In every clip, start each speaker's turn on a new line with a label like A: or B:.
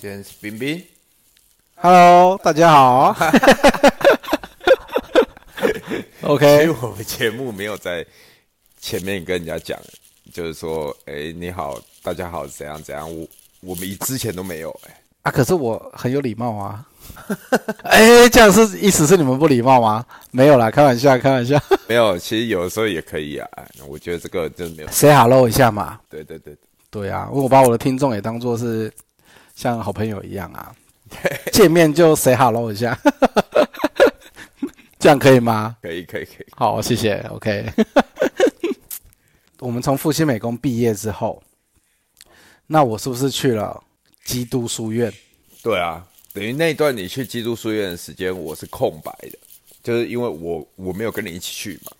A: 人是冰冰，
B: Hello，大家好。
A: 因为
B: OK，
A: 我们节目没有在前面跟人家讲，就是说，哎、你好，大家好，怎样怎样，我我们之前都没有、哎，
B: 啊，可是我很有礼貌啊。 哎、这样是意思是你们不礼貌吗？没有啦，开玩笑，开玩 笑。
A: 没有，其实有的时候也可以啊，我觉得这个真的没有，
B: 谁 hello 一下嘛？
A: 对对对，
B: 对啊，我把我的听众也当做是像好朋友一样 啊，见面就 say hello 一 下，这样可以吗？
A: 可以可以可以，
B: 好，谢谢。OK，我们从复兴美工毕业之后，那我是不是去了基督书院？
A: 对啊，等于那一段你去基督书院的时间我是空白的，就是因为我我没有跟你一起去嘛，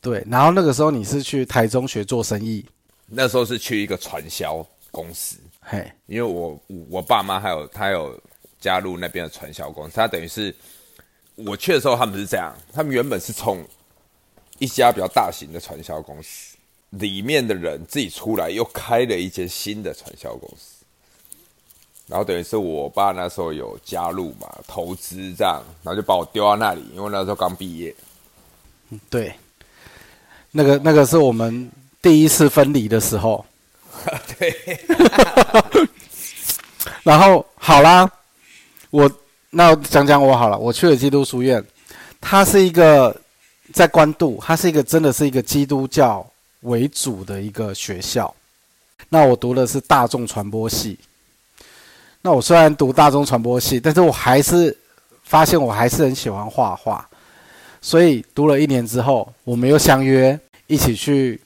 B: 对，然后那个时候你是去台中学做生意，
A: 那时候是去一个传销公司，
B: 嘿，
A: 因为我我爸妈还有他有加入那边的传销公司，他等于是我去的时候他们是这样，他们原本是从一家比较大型的传销公司里面的人自己出来，又开了一间新的传销公司，然后等于是我爸那时候有加入嘛，投资这样，然后就把我丢到那里，因为那时候刚毕业，
B: 对，那个那个是我们第一次分离的时候，
A: 对，
B: 然后好啦，我那讲讲我好了，我去了基督书院，它是一个在关渡，它是一个真的是一个基督教为主的一个学校。那我读的是大众传播系。那我虽然读大众传播系，但是我还是发现我还是很喜欢画画，所以读了一年之后，我们又相约一起去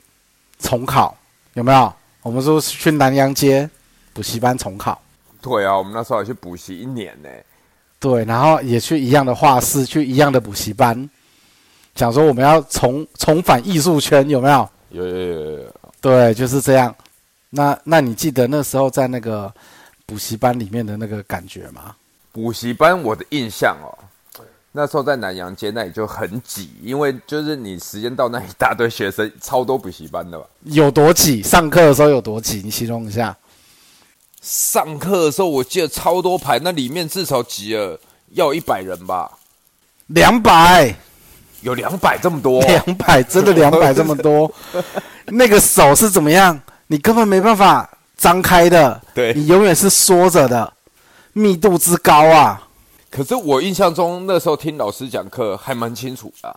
B: 重考，有没有？我们说去南洋街补习班重考。
A: 对啊，我们那时候还去补习一年呢、
B: 对，然后也去一样的画室，去一样的补习班，想说我们要重重返艺术圈，有没有？
A: 有有有有有，
B: 对，就是这样。那那你记得那时候在那个补习班里面的那个感觉吗？
A: 补习班我的印象哦，那时候在南洋街那里就很挤，因为就是你时间到那一大堆学生，超多补习班的吧。
B: 有多挤？上课的时候有多挤？你形容一下。
A: 上课的时候我记得超多排，那里面至少挤了要一百人吧，
B: 两百，。
A: 有两百这么多
B: 两百，真的两百这么多，那个手是怎么样？你根本没办法张开的，
A: 对
B: 你永远是缩着的，密度之高啊！
A: 可是我印象中那时候听老师讲课还蛮清楚的啊、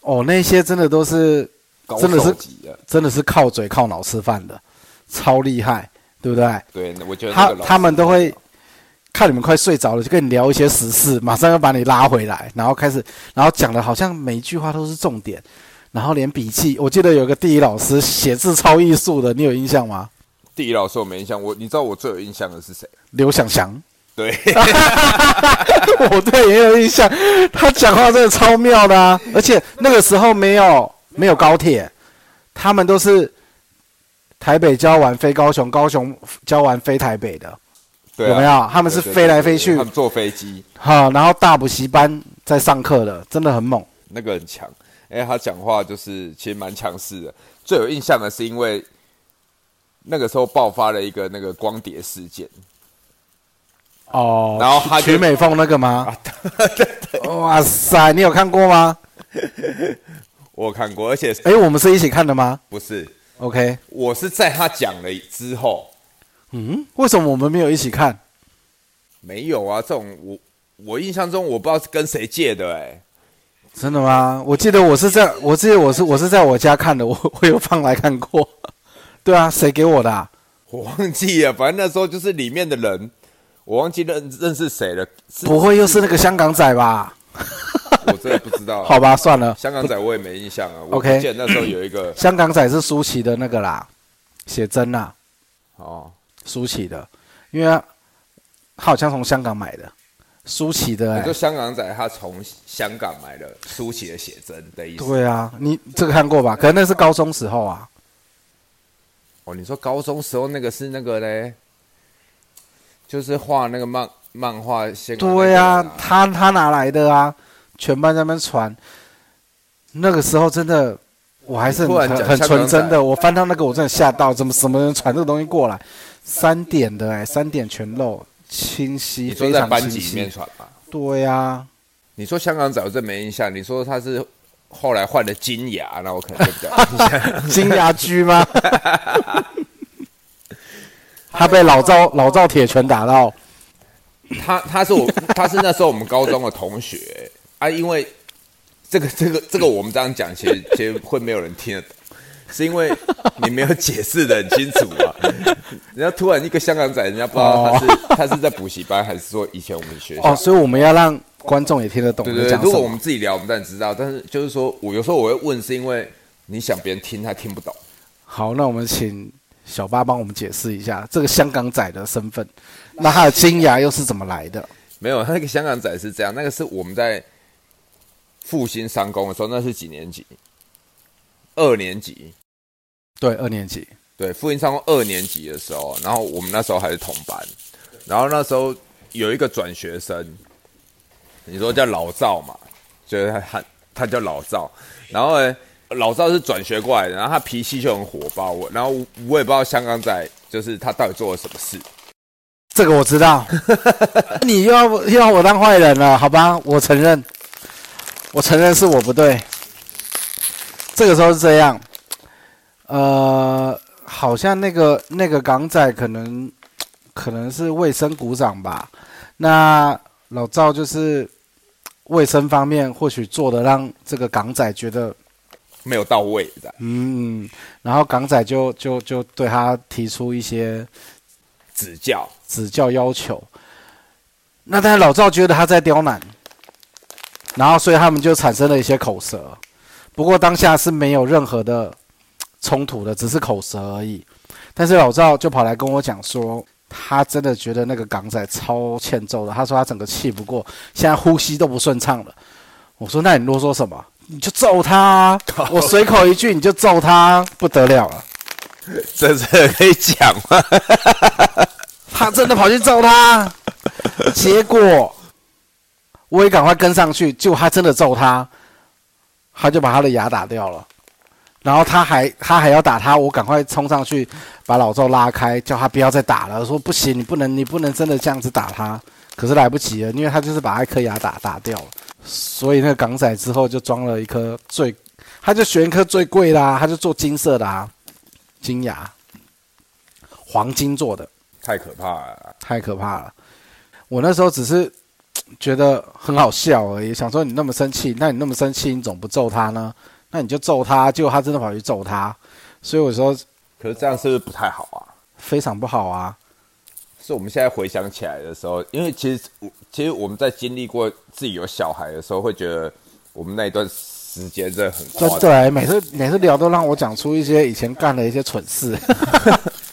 B: 哦，那些真的都是
A: 高
B: 真的是
A: 手啊级的。
B: 真的是靠嘴靠脑吃饭的，超厉害，对不对？
A: 对，我觉得那
B: 他
A: 个老师
B: 他们都会看你们快睡着了，就跟你聊一些时事，马上要把你拉回来，然后开始，然后讲的好像每一句话都是重点，然后连笔记，我记得有个地理老师写字超艺术的，你有印象吗？
A: 地理老师我没印象，我你知道我最有印象的是谁？
B: 刘想祥，
A: 对，
B: 我对也有印象，他讲话真的超妙的啊！而且那个时候没有没有高铁，他们都是台北交完飞高雄，高雄交完飞台北的。
A: 对啊
B: 有没有他们是
A: 对对对
B: 飞来飞去
A: 他们坐飞机。
B: 哈，然后大补习班在上课的，真的很猛。
A: 那个很强。哎、他讲话就是其实蛮强势的。最有印象的是因为那个时候爆发了一个那个光碟事件，
B: 哦，
A: 然后他就
B: 曲美凤那个吗？哇塞，你有看过吗？
A: 我有看过，而且
B: 哎，我们是一起看的吗
A: 不是，
B: ？OK，
A: 我是在他讲了之后
B: 嗯，为什么我们没有一起看？
A: 没有啊，这种我我印象中我不知道是跟谁借的、哎，
B: 真的吗？我记得我是在，我记得我是我是在我家看的，我 我有放来看过。对啊，谁给我的、啊？
A: 我忘记了，反正那时候就是里面的人。我忘记认认识谁了，是
B: 不会又是那个香港仔吧？
A: 我真的不知道。
B: 好吧，算了，
A: 香港仔我也没印象啊。我
B: OK
A: 记得那时候有一个
B: 香港仔是舒淇的那个啦，写真啦，
A: 哦，
B: 舒淇的，因为他好像从香港买的，舒淇的、
A: 你说
B: 欸。
A: 香港仔他从香港买了舒淇的写真的意思？
B: 对啊，你这个看过吧？可能那是高中时候啊。
A: 哦，你说高中时候那个是那个嘞，就是画那个漫漫画先给那个
B: 对
A: 人
B: 啊
A: 啊，，
B: 他他哪来的啊？全班在那边传，那个时候真的我还是
A: 突然
B: 很
A: 讲
B: 很
A: 香
B: 纯
A: 港
B: 真
A: 仔
B: 的，我翻到那个我真的吓到，怎么什么人传这个东西过来？三点的哎、三点全漏，清晰，
A: 你说
B: 非
A: 在
B: 常
A: 班
B: 清
A: 级里面
B: 晰。
A: 传嘛？
B: 对啊呀、
A: 你说香港早就没印象，你说他是后来换了金牙，那我可能就比 较有印象。
B: 金牙 驹吗？他被老赵老赵铁拳打到，
A: 他他 是我，他是那时候我们高中的同学啊，因为这个这个这个我们这样讲，其 实其实会没有人听得懂，是因为你没有解释的很清楚 啊。人家突然一个香港仔，人家不知道他是、他是在补习班，还是说以前我们学校。
B: 哦，所以我们要让观众也听得懂
A: 对
B: 我们
A: 对
B: 在
A: 对，
B: 讲
A: 如
B: 什
A: 果我们
B: 么。
A: 自己聊，我们当然知道，但是就是说我有时候我会问，是因为你想别人听，他听不懂。
B: 好，那我们请小八帮我们解释一下这个香港仔的身份，那他的金牙又是怎么来的？
A: 没有，那个香港仔是这样，那个是我们在复兴三公的时候，那是几年级？二年级。
B: 对，二年级，
A: 对，复兴三公二年级的时候，然后我们那时候还是同班，然后那时候有一个转学生，你说叫老赵嘛，就是他他他叫老赵，然后呢老赵是转学过来的，然后他脾气就很火爆，我然后我也不知道香港仔就是他到底做了什么事，
B: 这个我知道。你又要我又要我当坏人了，好吧？我承认，我承认是我不对。这个时候是这样，呃，好像那个那个港仔可能可能是卫生股长吧，那老赵就是卫生方面或许做的让这个港仔觉得
A: 没有到位这样
B: 嗯，然后港仔就就就对他提出一些
A: 指教，
B: 指教要求。那但是老赵觉得他在刁难，然后所以他们就产生了一些口舌。不过当下是没有任何的冲突的，只是口舌而已。但是老赵就跑来跟我讲说，他真的觉得那个港仔超欠揍的。他说他整个气不过，现在呼吸都不顺畅了。我说那你啰嗦什么？你就揍他啊、我随口一句你就揍他啊，不得了了。
A: 这这可以讲吗？
B: 他真的跑去揍他，结果我也赶快跟上去，结果他真的揍他，他就把他的牙打掉了。然后他还他还要打他，我赶快冲上去把老赵拉开，叫他不要再打了，说不行，你不能你不能真的这样子打他。可是来不及了，因为他就是把那颗牙打打掉了，所以那个港仔之后就装了一颗最，他就选一颗最贵的、啊，他就做金色的啊，金牙，黄金做的。
A: 太可怕了啊。
B: 太可怕了。我那时候只是觉得很好笑而已，想说你那么生气，那你那么生气，你怎么不揍他呢？那你就揍他，结果他真的跑去揍他，所以我说
A: 可是这样是不是不太好啊？
B: 非常不好啊。
A: 是我们现在回想起来的时候，因为其实我其实我们在经历过自己有小孩的时候，会觉得我们那一段时间真的很
B: 对
A: 夸张。
B: 对，每次每次聊都让我讲出一些以前干的一些蠢事。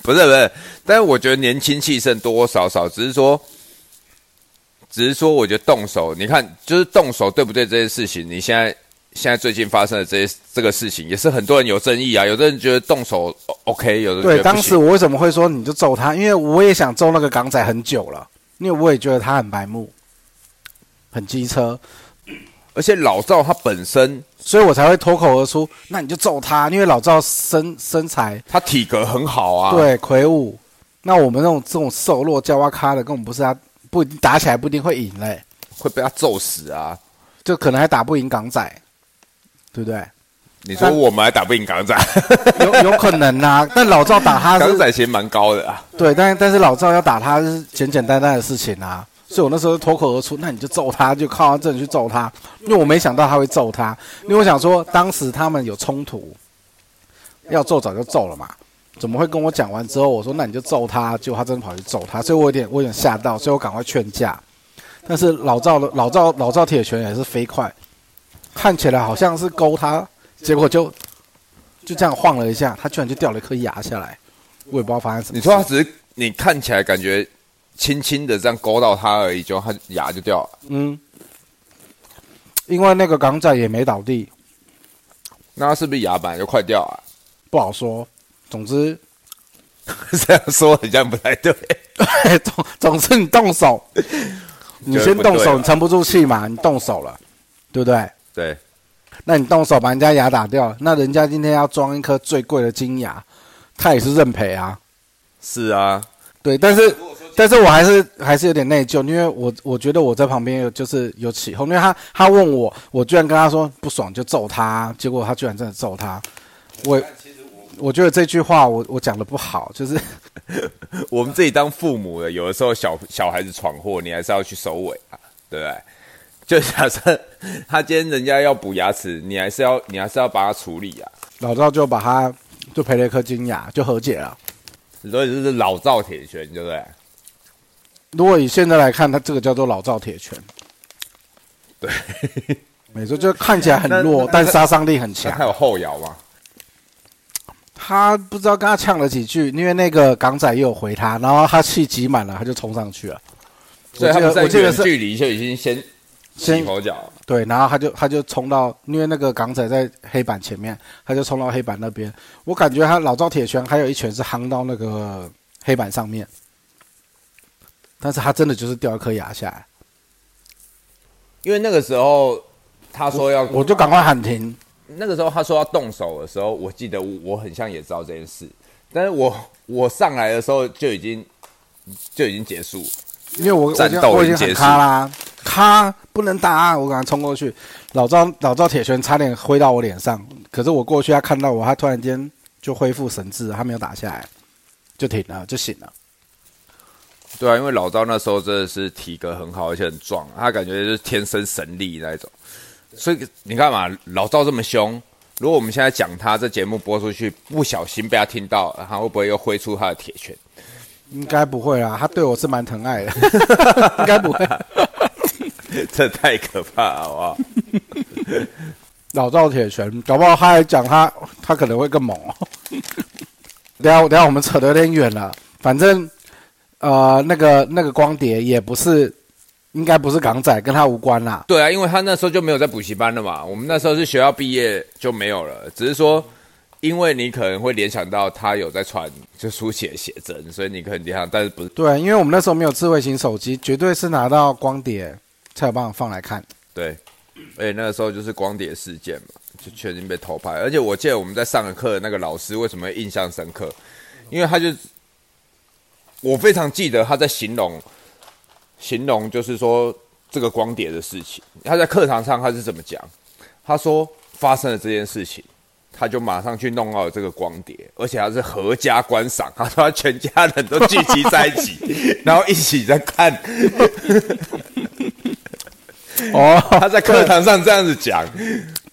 A: 不是不是，但是我觉得年轻气盛多多少少，只是说，只是说，我觉得动手，你看就是动手对不对这件事情，你现在现在最近发生的这些这个事情，也是很多人有争议啊，有的人觉得动手哦 OK，有的人觉
B: 对，
A: 得
B: 当
A: 不
B: 时
A: 行
B: 我为什么会说你就揍他？因为我也想揍那个港仔很久了，因为我也觉得他很白目，很机车，
A: 而且老赵他本身
B: 所以我才会脱口而出，那你就揍他，因为老赵身身材
A: 他体格很好啊，，
B: 对，魁梧。那我们那种这种瘦弱叫哇咔的，根本不是他，不一定打起来不一定会赢嘞、
A: 会被他揍死啊。
B: 就可能还打不赢港仔，对不对？
A: 你说
B: 但
A: 我们还打不赢港仔？
B: 有有可能呐、但老赵打他
A: 港
B: 是，
A: 仔其实蛮高的啊，
B: 对，但但是老赵要打他是简简单单的事情啊。所以我那时候脱口而出，那你就揍他，就靠他这里去揍他，因为我没想到他会揍他，因为我想说当时他们有冲突，要揍早就揍了嘛，怎么会跟我讲完之后，我说那你就揍他，结果他真的跑去揍他，所以我有点我有点吓到，所以我赶快劝架。但是老赵的老赵老赵铁拳也是飞快，看起来好像是勾他，结果就就这样晃了一下，他居然就掉了一颗牙下来，我也不知道发生什么事。
A: 你说他只是你看起来感觉轻轻的这样勾到他而已，就他牙就掉了。
B: 嗯，因为那个港仔也没倒地，
A: 那他是不是牙本来就快掉啊？
B: 不好说。总之，
A: 这样说好像不太对。
B: 总总之你动 手，你先动
A: 不对
B: 手，
A: 了
B: 你沉不住气嘛，你动手了，对不对？
A: 对，
B: 那你动手把人家牙打掉，那人家今天要装一颗最贵的金牙，他也是认赔啊。
A: 是啊，
B: 对，但是但是我还是还是有点内疚，因为我我觉得我在旁边有就是有起哄，因为他他问我，我居然跟他说不爽就揍他，结果他居然真的揍他，我我觉得这句话我我讲的不好，就是
A: 我们自己当父母的，有的时候小小孩子闯祸，你还是要去收尾啊，对不对？就假设他今天人家要补牙齿，你还是要你还是要把它处理啊。
B: 老赵就把他就赔了一颗金牙就和解了。
A: 所以就是老赵铁拳，对不对？
B: 如果以现在来看，他这个叫做老赵铁拳，
A: 对，
B: 没错，就看起来很
A: 那
B: 弱，
A: 那
B: 但杀伤力很
A: 那
B: 强
A: 他。有后摇吗？
B: 他不知道跟他呛了几句，因为那个港仔也有回他，然后他气急满了，他就冲上去了。
A: 所以他们在
B: 我记得
A: 远
B: 是
A: 距离就已经先起
B: 先
A: 口角了，
B: 对，然后他就他就冲到，因为那个港仔在黑板前面，他就冲到黑板那边。我感觉他老赵铁拳还有一拳是夯到那个黑板上面，但是他真的就是掉一颗牙下来，
A: 因为那个时候他说要，
B: 我就赶快喊停。
A: 那个时候他说要动手的时候，我记得我我很像也知道这件事，但是我我上来的时候就已经就已经结束了，
B: 因为我我
A: 战
B: 已经
A: 斗
B: 我
A: 已
B: 已
A: 经结
B: 经很
A: 束
B: 卡啦，卡不能打、我赶快冲过去，老赵老赵铁拳差点挥到我脸上，可是我过去他看到我，他突然间就恢复神智了，他没有打下来，就停了，就醒了。
A: 对啊，因为老赵那时候真的是体格很好，而且很壮，他感觉就是天生神力那一种。所以你看嘛，老赵这么凶，如果我们现在讲他，这节目播出去，不小心被他听到，他会不会又挥出他的铁拳？
B: 应该不会啦，他对我是蛮疼爱的， 应该不会。
A: 这太可怕了，好不好？
B: 老赵铁拳，搞不好他还讲他他可能会更猛、哦。等一下等一下我们扯得有点远了，反正呃那个那个光碟也不是，应该不是港仔，跟他无关啦。
A: 对啊，因为他那时候就没有在补习班了嘛，我们那时候是学校毕业就没有了，只是说，因为你可能会联想到他有在传就书写写真，所以你可能联想，但是不是
B: 对，因为我们那时候没有智慧型手机，绝对是拿到光碟才有办法放来看。
A: 对，而且那个时候就是光碟事件嘛，就全经被偷拍。而且我记得我们在上个课的那个老师为什么会印象深刻，因为他就我非常记得他在形容形容就是说这个光碟的事情，他在课堂上他是怎么讲？他说发生了这件事情。他就马上去弄到了这个光碟，而且他是合家观赏。他说他全家人都聚集在一起， 然后一起在看。
B: 哦，
A: 他在课堂上这样子讲，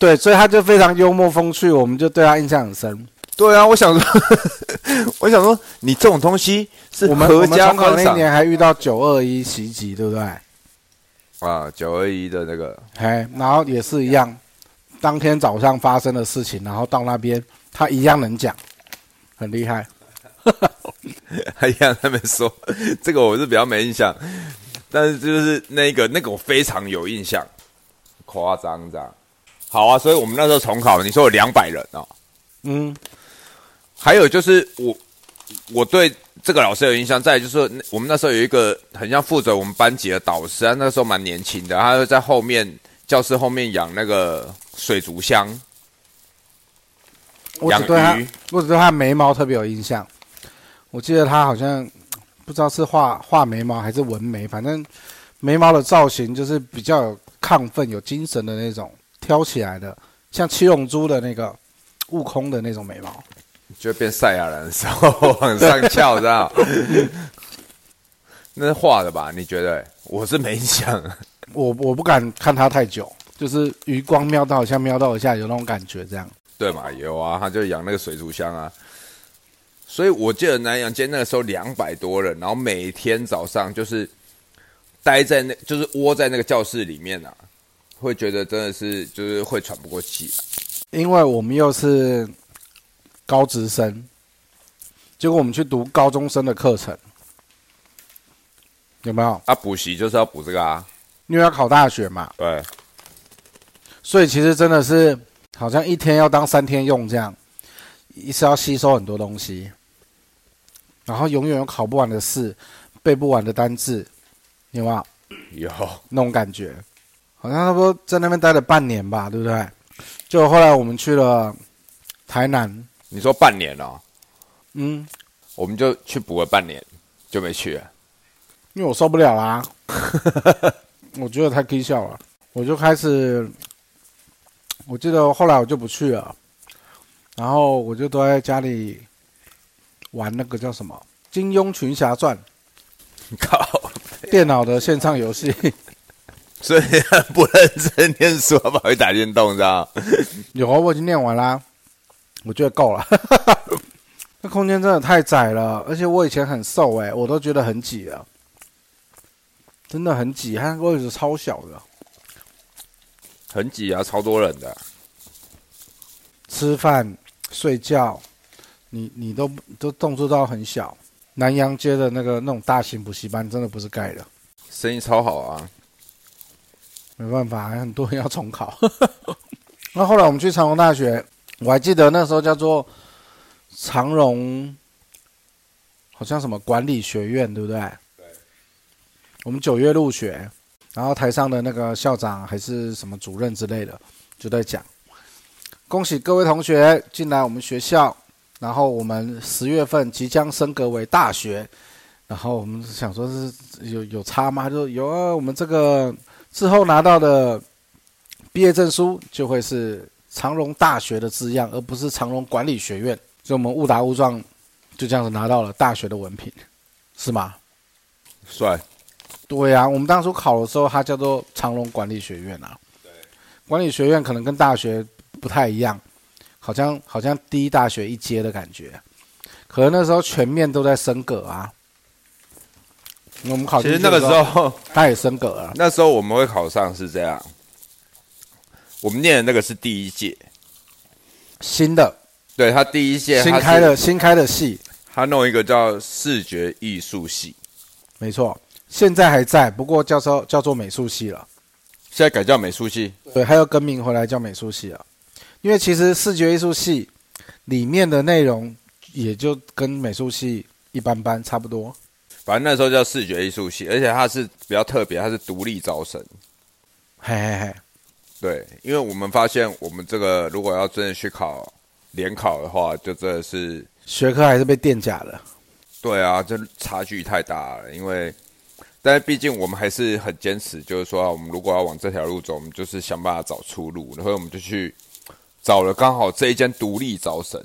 B: 对，所以他就非常幽默风趣，我们就对他印象很深。
A: 对啊，我想说， 我想说，你这种东西是
B: 我们
A: 合
B: 我们
A: 家
B: 中考
A: 观
B: 那一
A: 赏
B: 年还遇到九二一袭击，对不对？
A: 啊，九二一的那个，
B: 哎，然后也是一样，当天早上发生的事情，然后到那边他一样能讲，很厉害。
A: 还一样哎他们说， 这个我是比较没印象，但是就是那个那个我非常有印象，夸张这样。好啊，所以我们那时候重考，你说有两百人哦，
B: 嗯，
A: 还有就是我我对这个老师有印象，再来就是那我们那时候有一个很像负责我们班级的导师，他啊那时候蛮年轻的，他就在后面教室后面养那个水族箱。
B: 我只
A: 养
B: 对他
A: 鱼，
B: 我只对他眉毛特别有印象。我记得他好像不知道是画画眉毛还是纹眉，反正眉毛的造型就是比较有亢奋、有精神的那种，挑起来的，像七龙珠的那个悟空的那种眉毛。
A: 就变赛亚人的时候往上翘，知道？那是画的吧？你觉得？我是没印象。
B: 我我不敢看他太久，就是余光瞄到一下，瞄到一下，有那种感觉这样。
A: 对嘛？有啊，他就养那个水族箱啊。所以我记得南洋街那个时候两百多人，然后每天早上就是待在那，就是窝在那个教室里面啊，会觉得真的是就是会喘不过气、啊。
B: 因为我们又是高职生，结果我们去读高中生的课程，有没有？
A: 啊，补习就是要补这个啊，
B: 因为要考大学嘛，
A: 对，
B: 所以其实真的是好像一天要当三天用这样，一是要吸收很多东西，然后永远有考不完的试，背不完的单字，有没有
A: 有。
B: 那种感觉？好像差不多在那边待了半年吧，对不对？就后来我们去了台南，
A: 你说半年哦，
B: 嗯，
A: 我们就去补了半年，就没去了。啊
B: 因为我受不了啦、 我觉得太低效了，啊我就开始，我记得后来我就不去了，然后我就都在家里玩那个叫什么《金庸群侠传
A: 靠，》
B: 电脑的线上游戏，
A: 所以不认真念书，跑去打电动，你知道吗？
B: 有啊，我已经念完啦，我觉得够了。 那空间真的太窄了，而且我以前很瘦哎、我都觉得很挤了，真的很挤，它位置超小的。
A: 很挤啊，超多人的。
B: 吃饭、睡觉，你你都都动作到很小。南洋街的那个那种大型补习班真的不是盖的，
A: 生意超好啊！
B: 没办法，很多人要重考。 那后来我们去长荣大学，我还记得那时候叫做长荣，好像什么管理学院，对不对？对。我们九月入学，然后台上的那个校长还是什么主任之类的，就在讲，恭喜各位同学进来我们学校，然后我们十月份即将升格为大学。然后我们想说是有有差吗？他说有啊，我们这个之后拿到的毕业证书就会是长荣大学的字样，而不是长荣管理学院。所以我们误打误撞就这样子拿到了大学的文凭，是吗？
A: 帅，
B: 对呀、我们当初考的时候，它叫做长隆管理学院啊。管理学院可能跟大学不太一样，好像好像低大学一阶的感觉。可能那时候全面都在升格啊。我们考
A: 其
B: 进
A: 实
B: 去
A: 那个
B: 的
A: 时
B: 时候，
A: 候，
B: 它也升格了。
A: 那时候我们会考上是这样，我们念的那个是第一届，
B: 新的
A: 对他第一届
B: 新
A: 他是
B: 开的新开的系，
A: 他弄一个叫视觉艺术系，
B: 没错，现在还在，不过叫做叫做美术系了。
A: 现在改叫美术系，
B: 对，还要更名回来叫美术系了，因为其实视觉艺术系里面的内容也就跟美术系一般般，差不多。
A: 反正那时候叫视觉艺术系，而且它是比较特别，它是独立招生。
B: 嘿嘿嘿，
A: 对，因为我们发现我们这个如果要真的去考联考的话，就真的是
B: 学科还是被垫假的。
A: 对啊，这差距太大了。因为，但是毕竟我们还是很坚持，就是说，我们如果要往这条路走，我们就是想办法找出路。然后我们就去找了刚好这一间独立招生，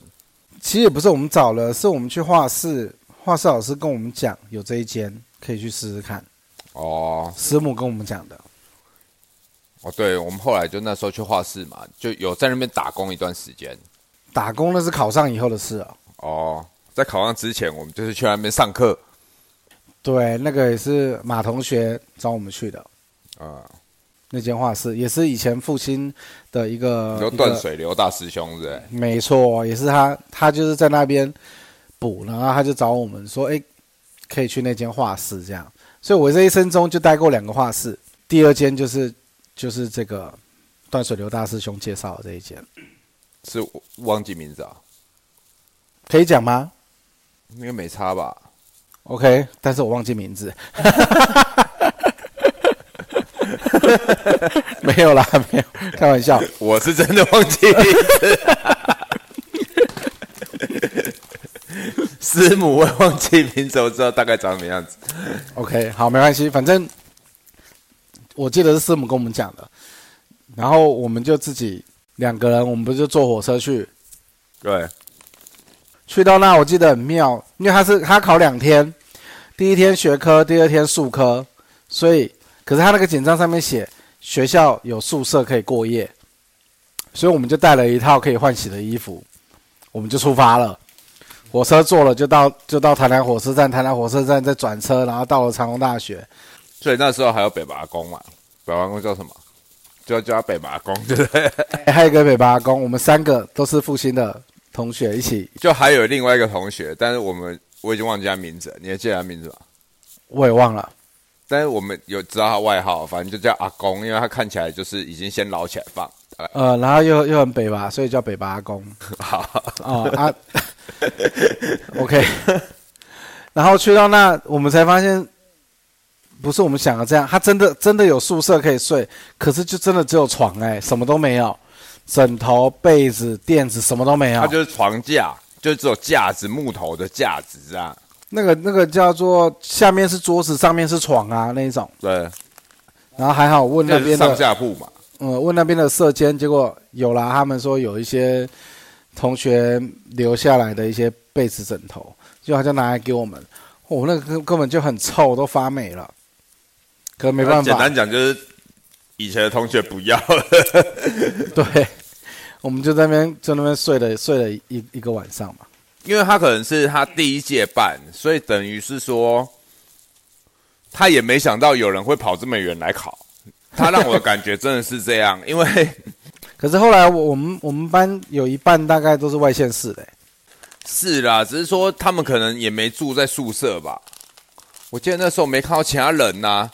B: 其实也不是我们找了，是我们去画室，画室老师跟我们讲有这一间可以去试试看，
A: 哦
B: 师母跟我们讲的。
A: 哦，对，我们后来就那时候去画室嘛，就有在那边打工一段时间。
B: 打工那是考上以后的事哦。
A: 哦，在考上之前，我们就是去那边上课
B: 对，那个也是马同学找我们去的
A: 啊，
B: 那间画室，也是以前父亲的一个
A: 有、
B: 一个
A: 断水流大师兄是不是？
B: 没错，也是他，他就是在那边补，然后他就找我们说，哎，可以去那间画室这样。所以我这一生中就待过两个画室，第二间就是就是这个断水流大师兄介绍的这一间，
A: 是我忘记名字啊，
B: 可以讲吗
A: 应该没差吧？
B: ？OK，但是我忘记名 字，没有啦，没有，开玩笑。
A: 我是真的忘记师母会忘记名字，我知道大概长什么样子。
B: OK，好，没关系，反正我记得是师母跟我们讲的，然后我们就自己两个人，我们不是就坐火车去，
A: 对，
B: 去到那我记得很妙，因为他是他考两天，第一天学科，第二天术科，所以可是他那个简章上面写学校有宿舍可以过夜，所以我们就带了一套可以换洗的衣服，我们就出发了。火车坐了就到就到台南火车站，台南火车站再转车，然后到了长隆大学。
A: 所以那时候还有北麻公嘛，北麻公叫什么？就要叫他北麻公，对不对？
B: 哎还有一个北八公，我们三个都是复兴的同学，一起
A: 就还有另外一个同学，但是我们我已经忘记他名字了，你还记得他名字吗？
B: 我也忘了。
A: 但是我们有知道他外号，反正就叫阿公，因为他看起来就是已经先捞起来放。大概
B: 呃，然后又又很北吧，所以叫北八公。
A: 好，
B: 哦啊，OK。然后去到那，我们才发现，不是我们想的这样，他真的真的有宿舍可以睡，可是就真的只有床哎、什么都没有，枕头、被子、垫子什么都没有
A: 他。就是床架，就只有架子，木头的架子这样。
B: 那个那个叫做下面是桌子，上面是床啊那一种。
A: 对，
B: 然后还好问那
A: 就是
B: 边
A: 上
B: 的，
A: 下铺嘛，
B: 嗯，问那边的舍监，结果有啦。他们说有一些同学留下来的一些被子枕头，就他就拿来给我们。我、哦、那个根根本就很臭，都发霉了。可没办
A: 简
B: 法，
A: 单讲就是以前的同学不要了，
B: 对，我们就在那边就那边睡了睡了一一个晚上嘛。
A: 因为他可能是他第一届办，所以等于是说，他也没想到有人会跑这么远来 考。他让我的感觉真的是这样，因为
B: 可是后来我我们我们班有一半大概都是外县市的、
A: 是啦，只是说他们可能也没住在宿舍吧。我记得那时候没看到其他人呐、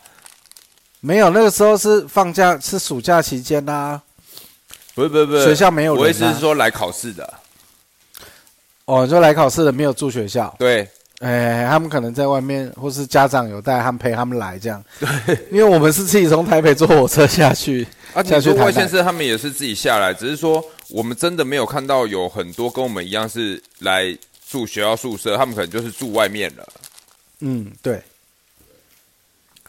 B: 没有那个时候是放假是暑假期间啊啦、
A: 不是不是不是，
B: 学校没有人啊
A: 我意思是说来考试的，
B: 哦，就来考试的没有住学校，
A: 对，
B: 哎，他们可能在外面，或是家长有带他们陪他们来 这样。对，因为我们是自己从台北坐火车下去，
A: 啊，
B: 下
A: 你
B: 去
A: 说外
B: 台南
A: 县市他们也是自己下来，只是说我们真的没有看到有很多跟我们一样是来住学校宿舍，他们可能就是住外面了。
B: 嗯，对，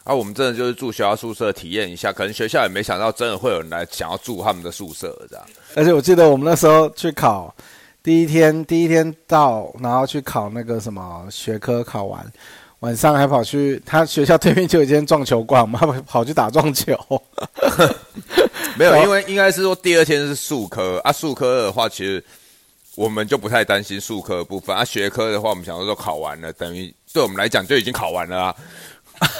A: 啊，我们真的就是住学校宿舍体验一下，可能学校也没想到真的会有人来想要住他们的宿舍这样。
B: 而且我记得我们那时候去考，第一天第一天到，然后去考那个什么学科，考完晚上还跑去他学校对面就有一间撞球馆，我们还跑去打撞球。
A: 没有，
B: 然后
A: 因为应该是说第二天是数科啊，数科的话其实我们就不太担心数科的部分啊，学科的话我们想说都考完了，等于对我们来讲就已经考完了啊。嗯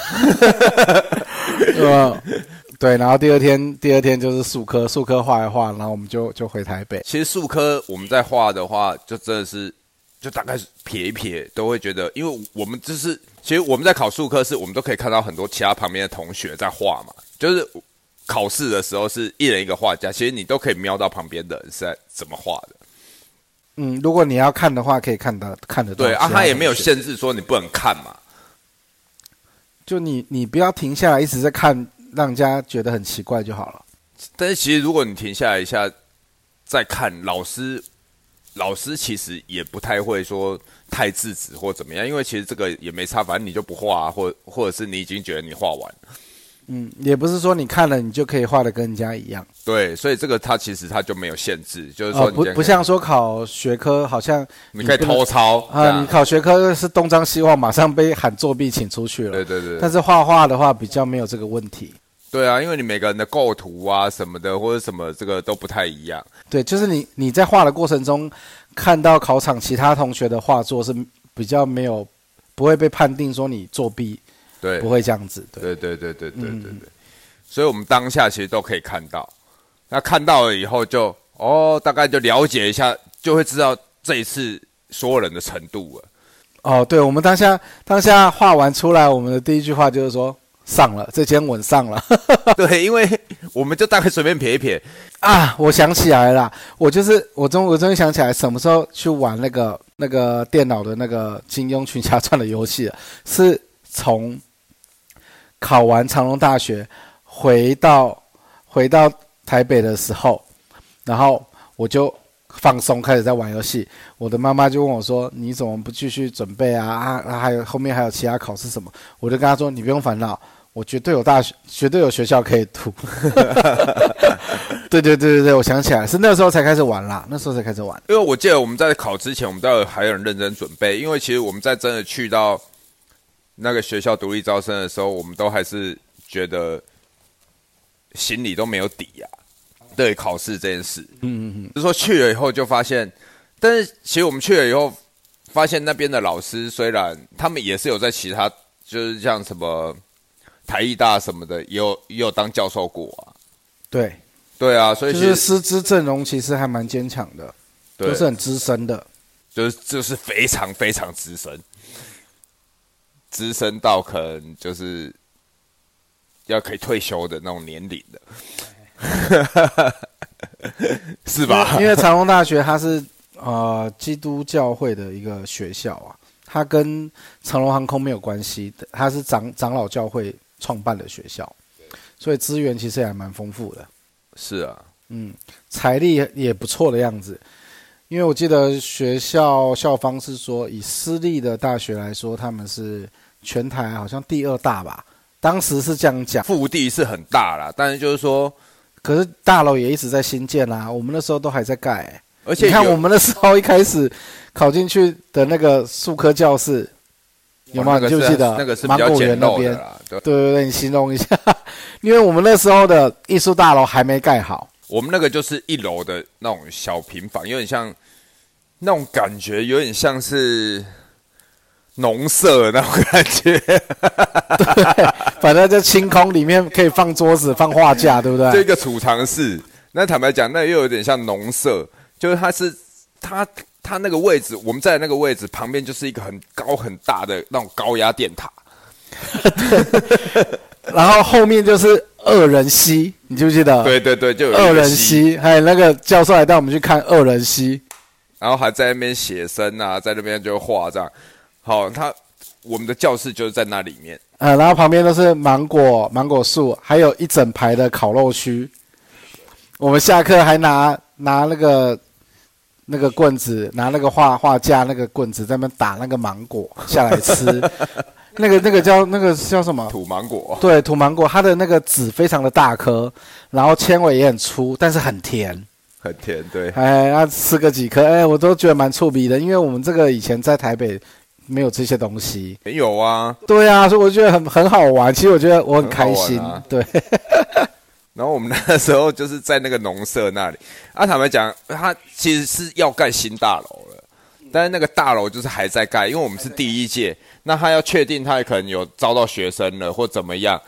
B: 呃， 对，然后第二天第二天就是数科，数科画一画，然后我们就就回台北。
A: 其实数科我们在画的话，就真的是就大概是撇一撇，都会觉得，因为我们就是其实我们在考数科是，我们都可以看到很多其他旁边的同学在画嘛，就是考试的时候是一人一个画家，其实你都可以瞄到旁边的人是在怎么画的。
B: 嗯，如果你要看的话，可以看到看得到。
A: 对啊，他也没有
B: 限。
A: 限制说你不能看嘛。
B: 就你你不要停下来一直在看，让人家觉得很奇怪就好了。
A: 但是其实如果你停下来一下再看，老师老师其实也不太会说太制止或怎么样，因为其实这个也没差，反正你就不画、啊，或或者是你已经觉得你画完，
B: 嗯，也不是说你看了你就可以画的跟人家一样，
A: 对，所以这个它其实它就没有限制，就是说
B: 哦，
A: 你
B: 不
A: 今天
B: 不像说考学科，好像
A: 你可以
B: 不能
A: 偷抄这
B: 啊，
A: 样
B: 你考学科是东张西望，马上被喊作弊请出去
A: 对
B: 了。
A: 对对
B: 但，是画画的话比较没有这个问题，
A: 对啊，因为你每个人的构图啊什么的或者什么这个都不太一样，
B: 对，就是你你在画的过程中看到考场其他同学的画作是比较没有不会被判定说你作弊，
A: 对
B: 不，会这样子，对。
A: 对对对对对对对，所以我们当下其实都可以看到，那看到了以后就哦，大概就了解一下，就会知道这一次所有人的程度了。
B: 哦，对，我们当下当下画完出来，我们的第一句话就是说上了，这间稳上了
A: 对，因为我们就大概随便撇一撇，
B: 啊！我想起来了，我就是我终我终于想起来什么时候去玩那个那个电脑的那个《金庸群侠传》的游戏了， 是从考完长隆大学回到回到台北的时候，然后我就放松，开始在玩游戏。我的妈妈就问我说：“你怎么不继续准备啊？啊，啊还有后面还有其他考试什么？”我就跟她说：“你不用烦恼，我绝对有大学，绝对有学校可以读。” 对对对对对，我想起来是那时候才开始玩啦，那时候才开始玩。
A: 因为我记得我们在考之前，我们都有还有很认真准备，因为其实我们在真的去到那个学校独立招生的时候，我们都还是觉得心里都没有底呀、对考试这件事。
B: 嗯嗯嗯嗯，
A: 就是说去了以后就发现，但是其实我们去了以后，发现那边的老师虽然他们也是有在其他，就是像什么台艺大什么的，也有也有当教授过啊。
B: 对，
A: 对啊，所以
B: 就
A: 其
B: 是
A: 实、
B: 师资阵容其实还蛮坚强的，
A: 对
B: 都是很资深的。
A: 就是就是非常非常资深，资深到可能就是要可以退休的那种年龄的，是吧？
B: 因为长隆大学它是呃基督教会的一个学校啊，它跟长隆航空没有关系的，它是长长老教会创办的学校，所以资源其实也还蛮丰富的，
A: 是啊，
B: 财力也不错的样子。因为我记得学校校方是说，以私立的大学来说，他们是全台好像第二大吧，当时是这样讲。
A: 腹地是很大啦，但是就是说，
B: 可是大楼也一直在新建啦、我们那时候都还在盖、欸。
A: 而且
B: 你看
A: 有
B: 我们那时候一开始考进去的那个数科教室，有吗？
A: 哦那
B: 你
A: 个是啊
B: 记不记得？
A: 那个是比
B: 芒
A: 较
B: 果园
A: 简
B: 那
A: 陋
B: 边
A: 的。啦。对，
B: 对对对，你形容一下， 因为我们那时候的艺术大楼还没盖好，
A: 我们那个就是一楼的那种小平房，有点像那种感觉，有点像是农舍的那种感觉，
B: 反正就清空，里面可以放桌子、放画架，对不
A: 就一
B: 对？
A: 个储藏室。那坦白讲，那又有点像农舍，就是它是它它那个位置，我们在那个位置旁边就是一个很高很大的那种高压电塔。
B: 然后后面就是二人溪，你记不记得？，
A: 对对对，就有一个
B: 啊二人，溪，还有那个教授还带我们去看二人溪，
A: 然后还在那边写生啊，在那边就画这样。好，它我们的教室就是在那里面。
B: 呃，然后旁边都是芒果、芒果树，还有一整排的烤肉区。我们下课还拿拿那个那个棍子，拿那个画画架那个棍子在那边打那个芒果下来 吃，那个那个叫那个叫什么？
A: 土芒果，
B: 对，土芒果，它的那个籽非常的大颗，然后纤维也很粗，但是很甜。
A: 很甜， 对，
B: 哎，那吃个几颗，哎，我都觉得蛮触鼻的，因为我们这个以前在台北没有这些东西。
A: 没有啊。
B: 对啊，所以我觉得很很好玩。其实我觉得我很开心。
A: 很好玩啊
B: 对，
A: 然后我们那时候就是在那个农舍那里， 啊，坦白讲，它其实是要盖新大楼了，但是那个大楼就是还在盖，因为我们是第一届，那他要确定他可能有招到学生了或怎么样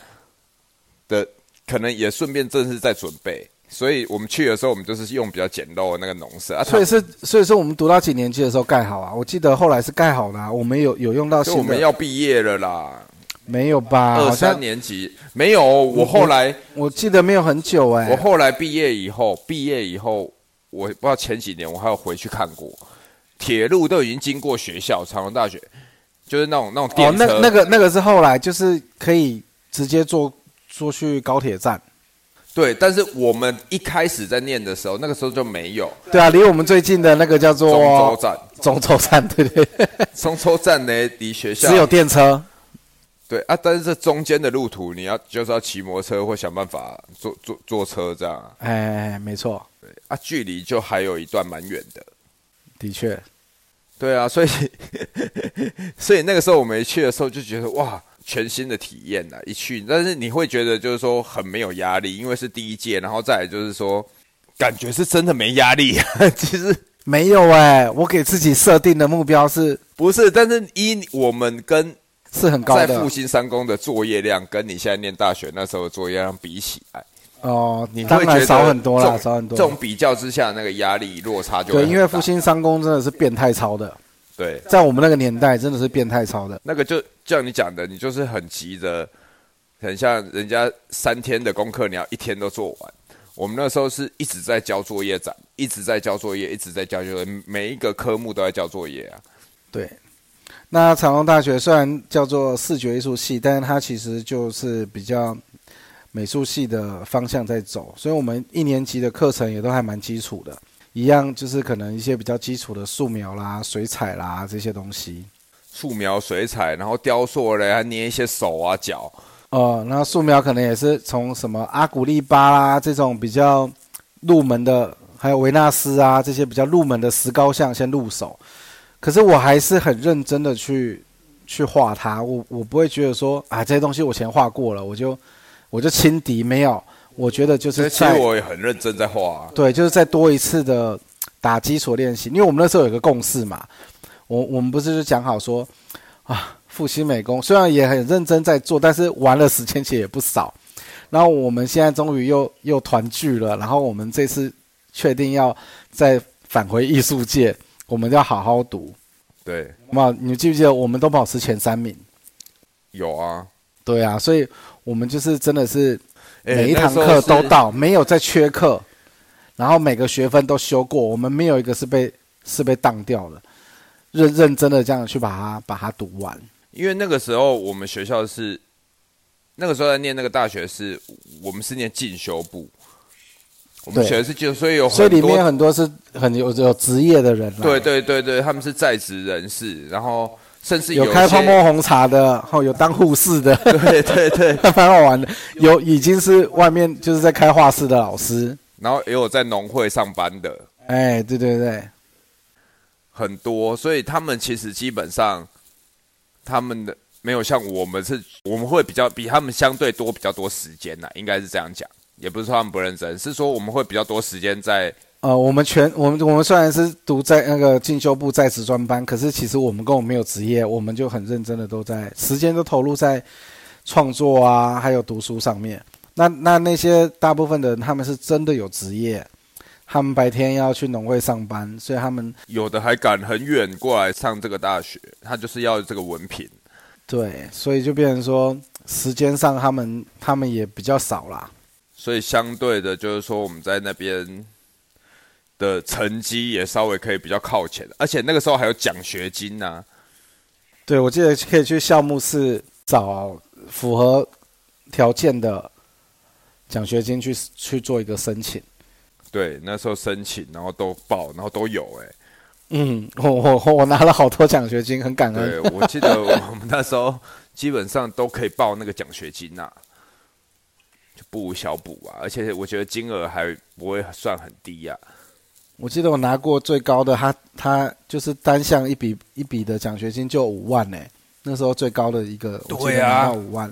A: 的，可能也顺便正是在准备，所以我们去的时候，我们就是用比较简陋的那个农舍啊，
B: 所以是所以说我们读到几年级的时候盖好啊？我记得后来是盖好了啊、我们有有用到
A: 所
B: 新
A: 以
B: 的，
A: 我们要毕业了啦，
B: 没有吧？
A: 二
B: 好
A: 三
B: 像
A: 年级没有，我后来。
B: 我记得没有很久哎、
A: 我后来毕业以后，毕业以后，我不知道前几年我还有回去看过，铁路都已经经过学校，长隆大学就是那种那种电
B: 哦，
A: 车，
B: 那那个那个是后来就是可以直接坐坐去高铁站。
A: 对。但是我们一开始在念的时候，那个时候就没有
B: 对啊，离我们最近的那个叫做
A: 中州站，
B: 中州站，对对，对
A: 中州站呢离学校
B: 只有电车。
A: 对啊，但是这中间的路途你要就是要骑摩托车或想办法坐坐坐车这样啊
B: 哎，没错，
A: 啊，距离就还有一段蛮远的。
B: 的确，
A: 对啊，所以 所以那个时候我没去的时候就觉得哇，全新的体验呐！一去，但是你会觉得就是说很没有压力，因为是第一届，然后再来就是说，感觉是真的没压力。 其实
B: 没有哎、我给自己设定的目标是
A: 不是，但是依我们跟
B: 是很高
A: 在
B: 的
A: 复兴三公的作业量，跟你现在念大学那时候的作业量比起来，
B: 哦，
A: 你
B: 当
A: 会觉
B: 然
A: 得
B: 少很多啦，
A: 这种
B: 少很多
A: 这。种比较之下，那个压力落差就会
B: 对，
A: 很
B: 因为
A: 大
B: 复兴三公真的是变态超的，
A: 对
B: 在我们那个年代真的是变态超的。
A: 那个就就像你讲的，你就是很急着，很像人家三天的功课，你要一天都做完。我们那时候是一直在交作业展，一直在交作业，一直在交作业，每一个科目都在交作业啊。
B: 对，那长隆大学虽然叫做视觉艺术系，但是它其实就是比较美术系的方向在走，所以我们一年级的课程也都还蛮基础的，一样就是可能一些比较基础的素描啦、水彩啦这些东西。
A: 素描、水彩，然后雕塑嘞，还捏一些手啊、脚。
B: 哦，那素描可能也是从什么阿古丽巴啦这种比较入门的，还有维纳斯啊这些比较入门的石膏像先入手。可是我还是很认真的去去画它，我我不会觉得说啊这些东西我以前画过了，我就我就轻敌没有，我觉得就
A: 所
B: 是
A: 以其实
B: 在
A: 我也很认真在画、啊。
B: 对，就是再多一次的打基础练习，因为我们那时候有个共识嘛，我我们不是就讲好说啊，复习美工虽然也很认真在做，但是玩的时间其实也不少。然后我们现在终于又又团聚了，然后我们这次确定要再返回艺术界，我们要好好读。
A: 对，
B: 那你记不记得我们都保持前三名？
A: 有啊。
B: 对啊，所以我们就是真的是
A: 哎
B: 每一堂课都。到，没有再缺课，然后每个学分都修过，我们没有一个是被是被当掉的，认认真的这样去把它把它读完。
A: 因为那个时候我们学校是，那个时候在念那个大学是，我们是念进修部，我们
B: 对
A: 学的是基督，所以有
B: 所以
A: 很
B: 里
A: 多
B: 面很多是很有有职业的人啦，
A: 对对对对，他们是在职人士，然后甚至
B: 有
A: 一
B: 开
A: 些
B: 泡沫红茶的，哦，有当护士的，
A: 对对对，
B: 蛮好玩的。有已经是外面就是在开画室的老师，
A: 然后也有在农会上班的
B: 哎，对对对，
A: 很多，所以他们其实基本上他们的没有像我们是，我们会比较比他们相对多比较多时间呐，应该是这样讲，也不是说他们不认真，是说我们会比较多时间在
B: 呃，我们全我们我们虽然是读在那个进修部在职专班，可是其实我们跟我们没有职业，我们就很认真的都在时间都投入在创作啊，还有读书上面。那那那些大部分的人，他们是真的有职业，他们白天要去农会上班，所以他们
A: 有的还赶很远过来上这个大学，他就是要这个文凭。
B: 对，所以就变成说时间上他们他们也比较少啦。
A: 所以相对的，就是说我们在那边的成绩也稍微可以比较靠前，而且那个时候还有奖学金啊呐、
B: 对，我记得可以去校牧室找符合条件的奖学金去去做一个申请。
A: 对，那时候申请，然后都报，然后都有、欸。
B: 嗯，我我我拿了好多奖学金，很感恩。
A: 对，我记 得我们那时候基本上都可以报那个奖学金呐、就不无小补啊。而且我觉得金额还不会算很低啊呀、
B: 我记得我拿过最高的，他他就是单项一笔一笔的奖学金就五万呢、那时候最高的一个，我记
A: 对
B: 得
A: 啊
B: 拿到五万。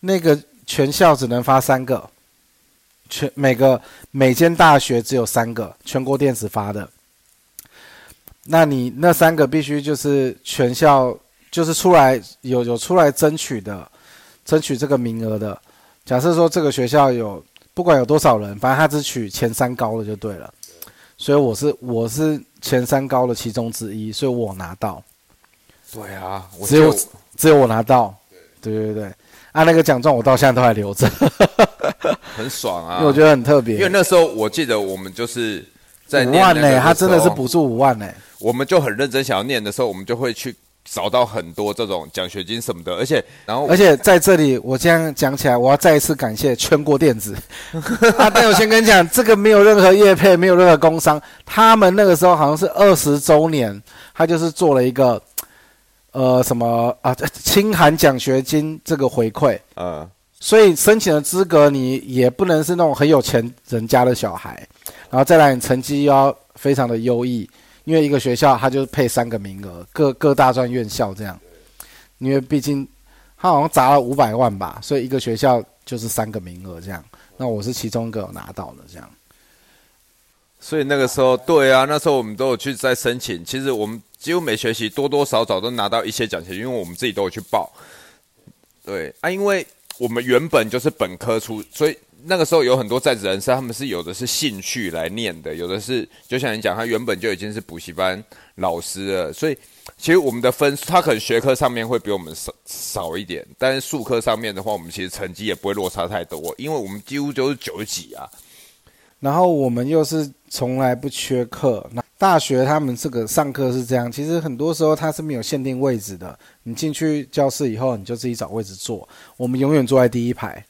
B: 那个全校只能发三个，全每个每间大学只有三个，全国电子发的。那你那三个必须就是全校就是出来有有出来争取的，争取这个名额的。假设说这个学校有不管有多少人，反正他只取前三高的就对了。所以我是我是前三高的其中之一，所以我拿到，
A: 对啊，我
B: 只
A: 就
B: 有只有我拿到。对对对，啊，那个奖状我到现在都还 留着，
A: 很爽
B: 因
A: 啊
B: 为。我觉得很特别。
A: 因为那时候我记得我们就是在
B: 五
A: 念
B: 万
A: 那
B: 呢、
A: 个
B: 欸他真的
A: 时
B: 是
A: 候
B: 补助五万呢、
A: 我们就很认真想要念的时候，我们就会去找到很多这种奖学金什么的，而且然后
B: 而且在这里，我这样讲起来，我要再一次感谢全国电子。 啊，但我先跟你讲，这个没有任何业配，没有任何工商，他们那个时候好像是二十周年，他就是做了一个呃什么啊清寒奖学金这个回馈，
A: 呃，
B: 所以申请的资格你也不能是那种很有钱人家的小孩，然后再来你成绩又要非常的优异，因为一个学校它就是配三个名额，各各大专院校这样，因为毕竟他好像砸了五百万吧，所以一个学校就是三个名额这样。那我是其中一个有拿到的这样，
A: 所以那个时候对啊，那时候我们都有去在申请，其实我们几乎每学期多多少少都拿到一些奖学金，因为我们自己都有去报。对啊，因为我们原本就是本科出，所以那个时候有很多在职人士，他们是有的是兴趣来念的，有的是就像你讲，他原本就已经是补习班老师了，所以其实我们的分数，他可能学科上面会比我们少少一点，但是数科上面的话，我们其实成绩也不会落差太多，因为我们几乎就是九十几啊。
B: 然后我们又是从来不缺课。那大学他们这个上课是这样，其实很多时候它是没有限定位置的。你进去教室以后，你就自己找位置坐。我们永远坐在第一排，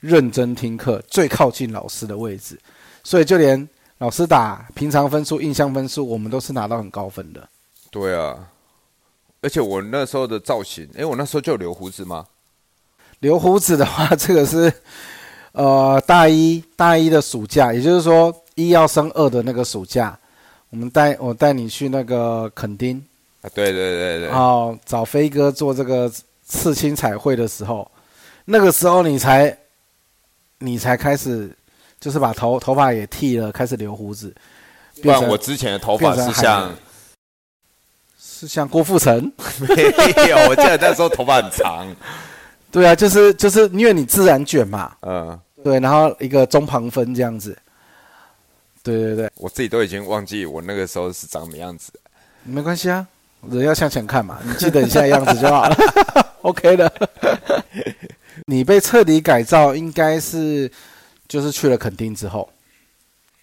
B: 认真听课，最靠近老师的位置。所以就连老师打平常分数、印象分数，我们都是拿到很高分的。
A: 对啊，而且我那时候的造型，哎、我那时候就有留胡子吗？
B: 留胡子的话，这个是呃大一大一的暑假，也就是说一要升二的那个暑假，我们带我带你去那个垦丁。
A: 啊，对对对对，
B: 然后找飞哥做这个刺青彩绘的时候，那个时候你才你才开始，就是把头头发也剃了，开始留胡子，
A: 不
B: 变
A: 然
B: 成
A: 我之前的头发是像
B: 是像郭富城，
A: 没有，我记得那时候头发很长，
B: 对啊，就是就是因为你自然卷嘛，
A: 嗯，
B: 对，然后一个中旁分这样子，对对对，
A: 我自己都已经忘记我那个时候是长什么样子。
B: 没关系啊，人要向前看嘛，你记得你现在样子 就好了，OK 的。 你被彻底改造应该是就是去了垦丁之后。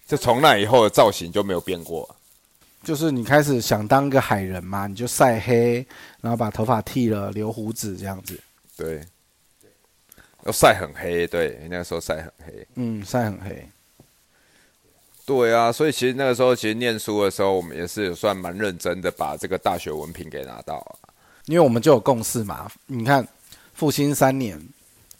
A: 就从那以后的造型就没有变过，
B: 就是你开始想当个海人嘛，你就晒黑，然后把头发剃了，留胡子这样子。
A: 对，要晒很黑，对，那个时候晒很黑，
B: 嗯，晒很黑。
A: 对啊，所以其实那个时候，其实念书的时候，我们也是算蛮认真的，把这个大学文凭给拿到啊。
B: 因为我们就有共识嘛。你看，复兴三年，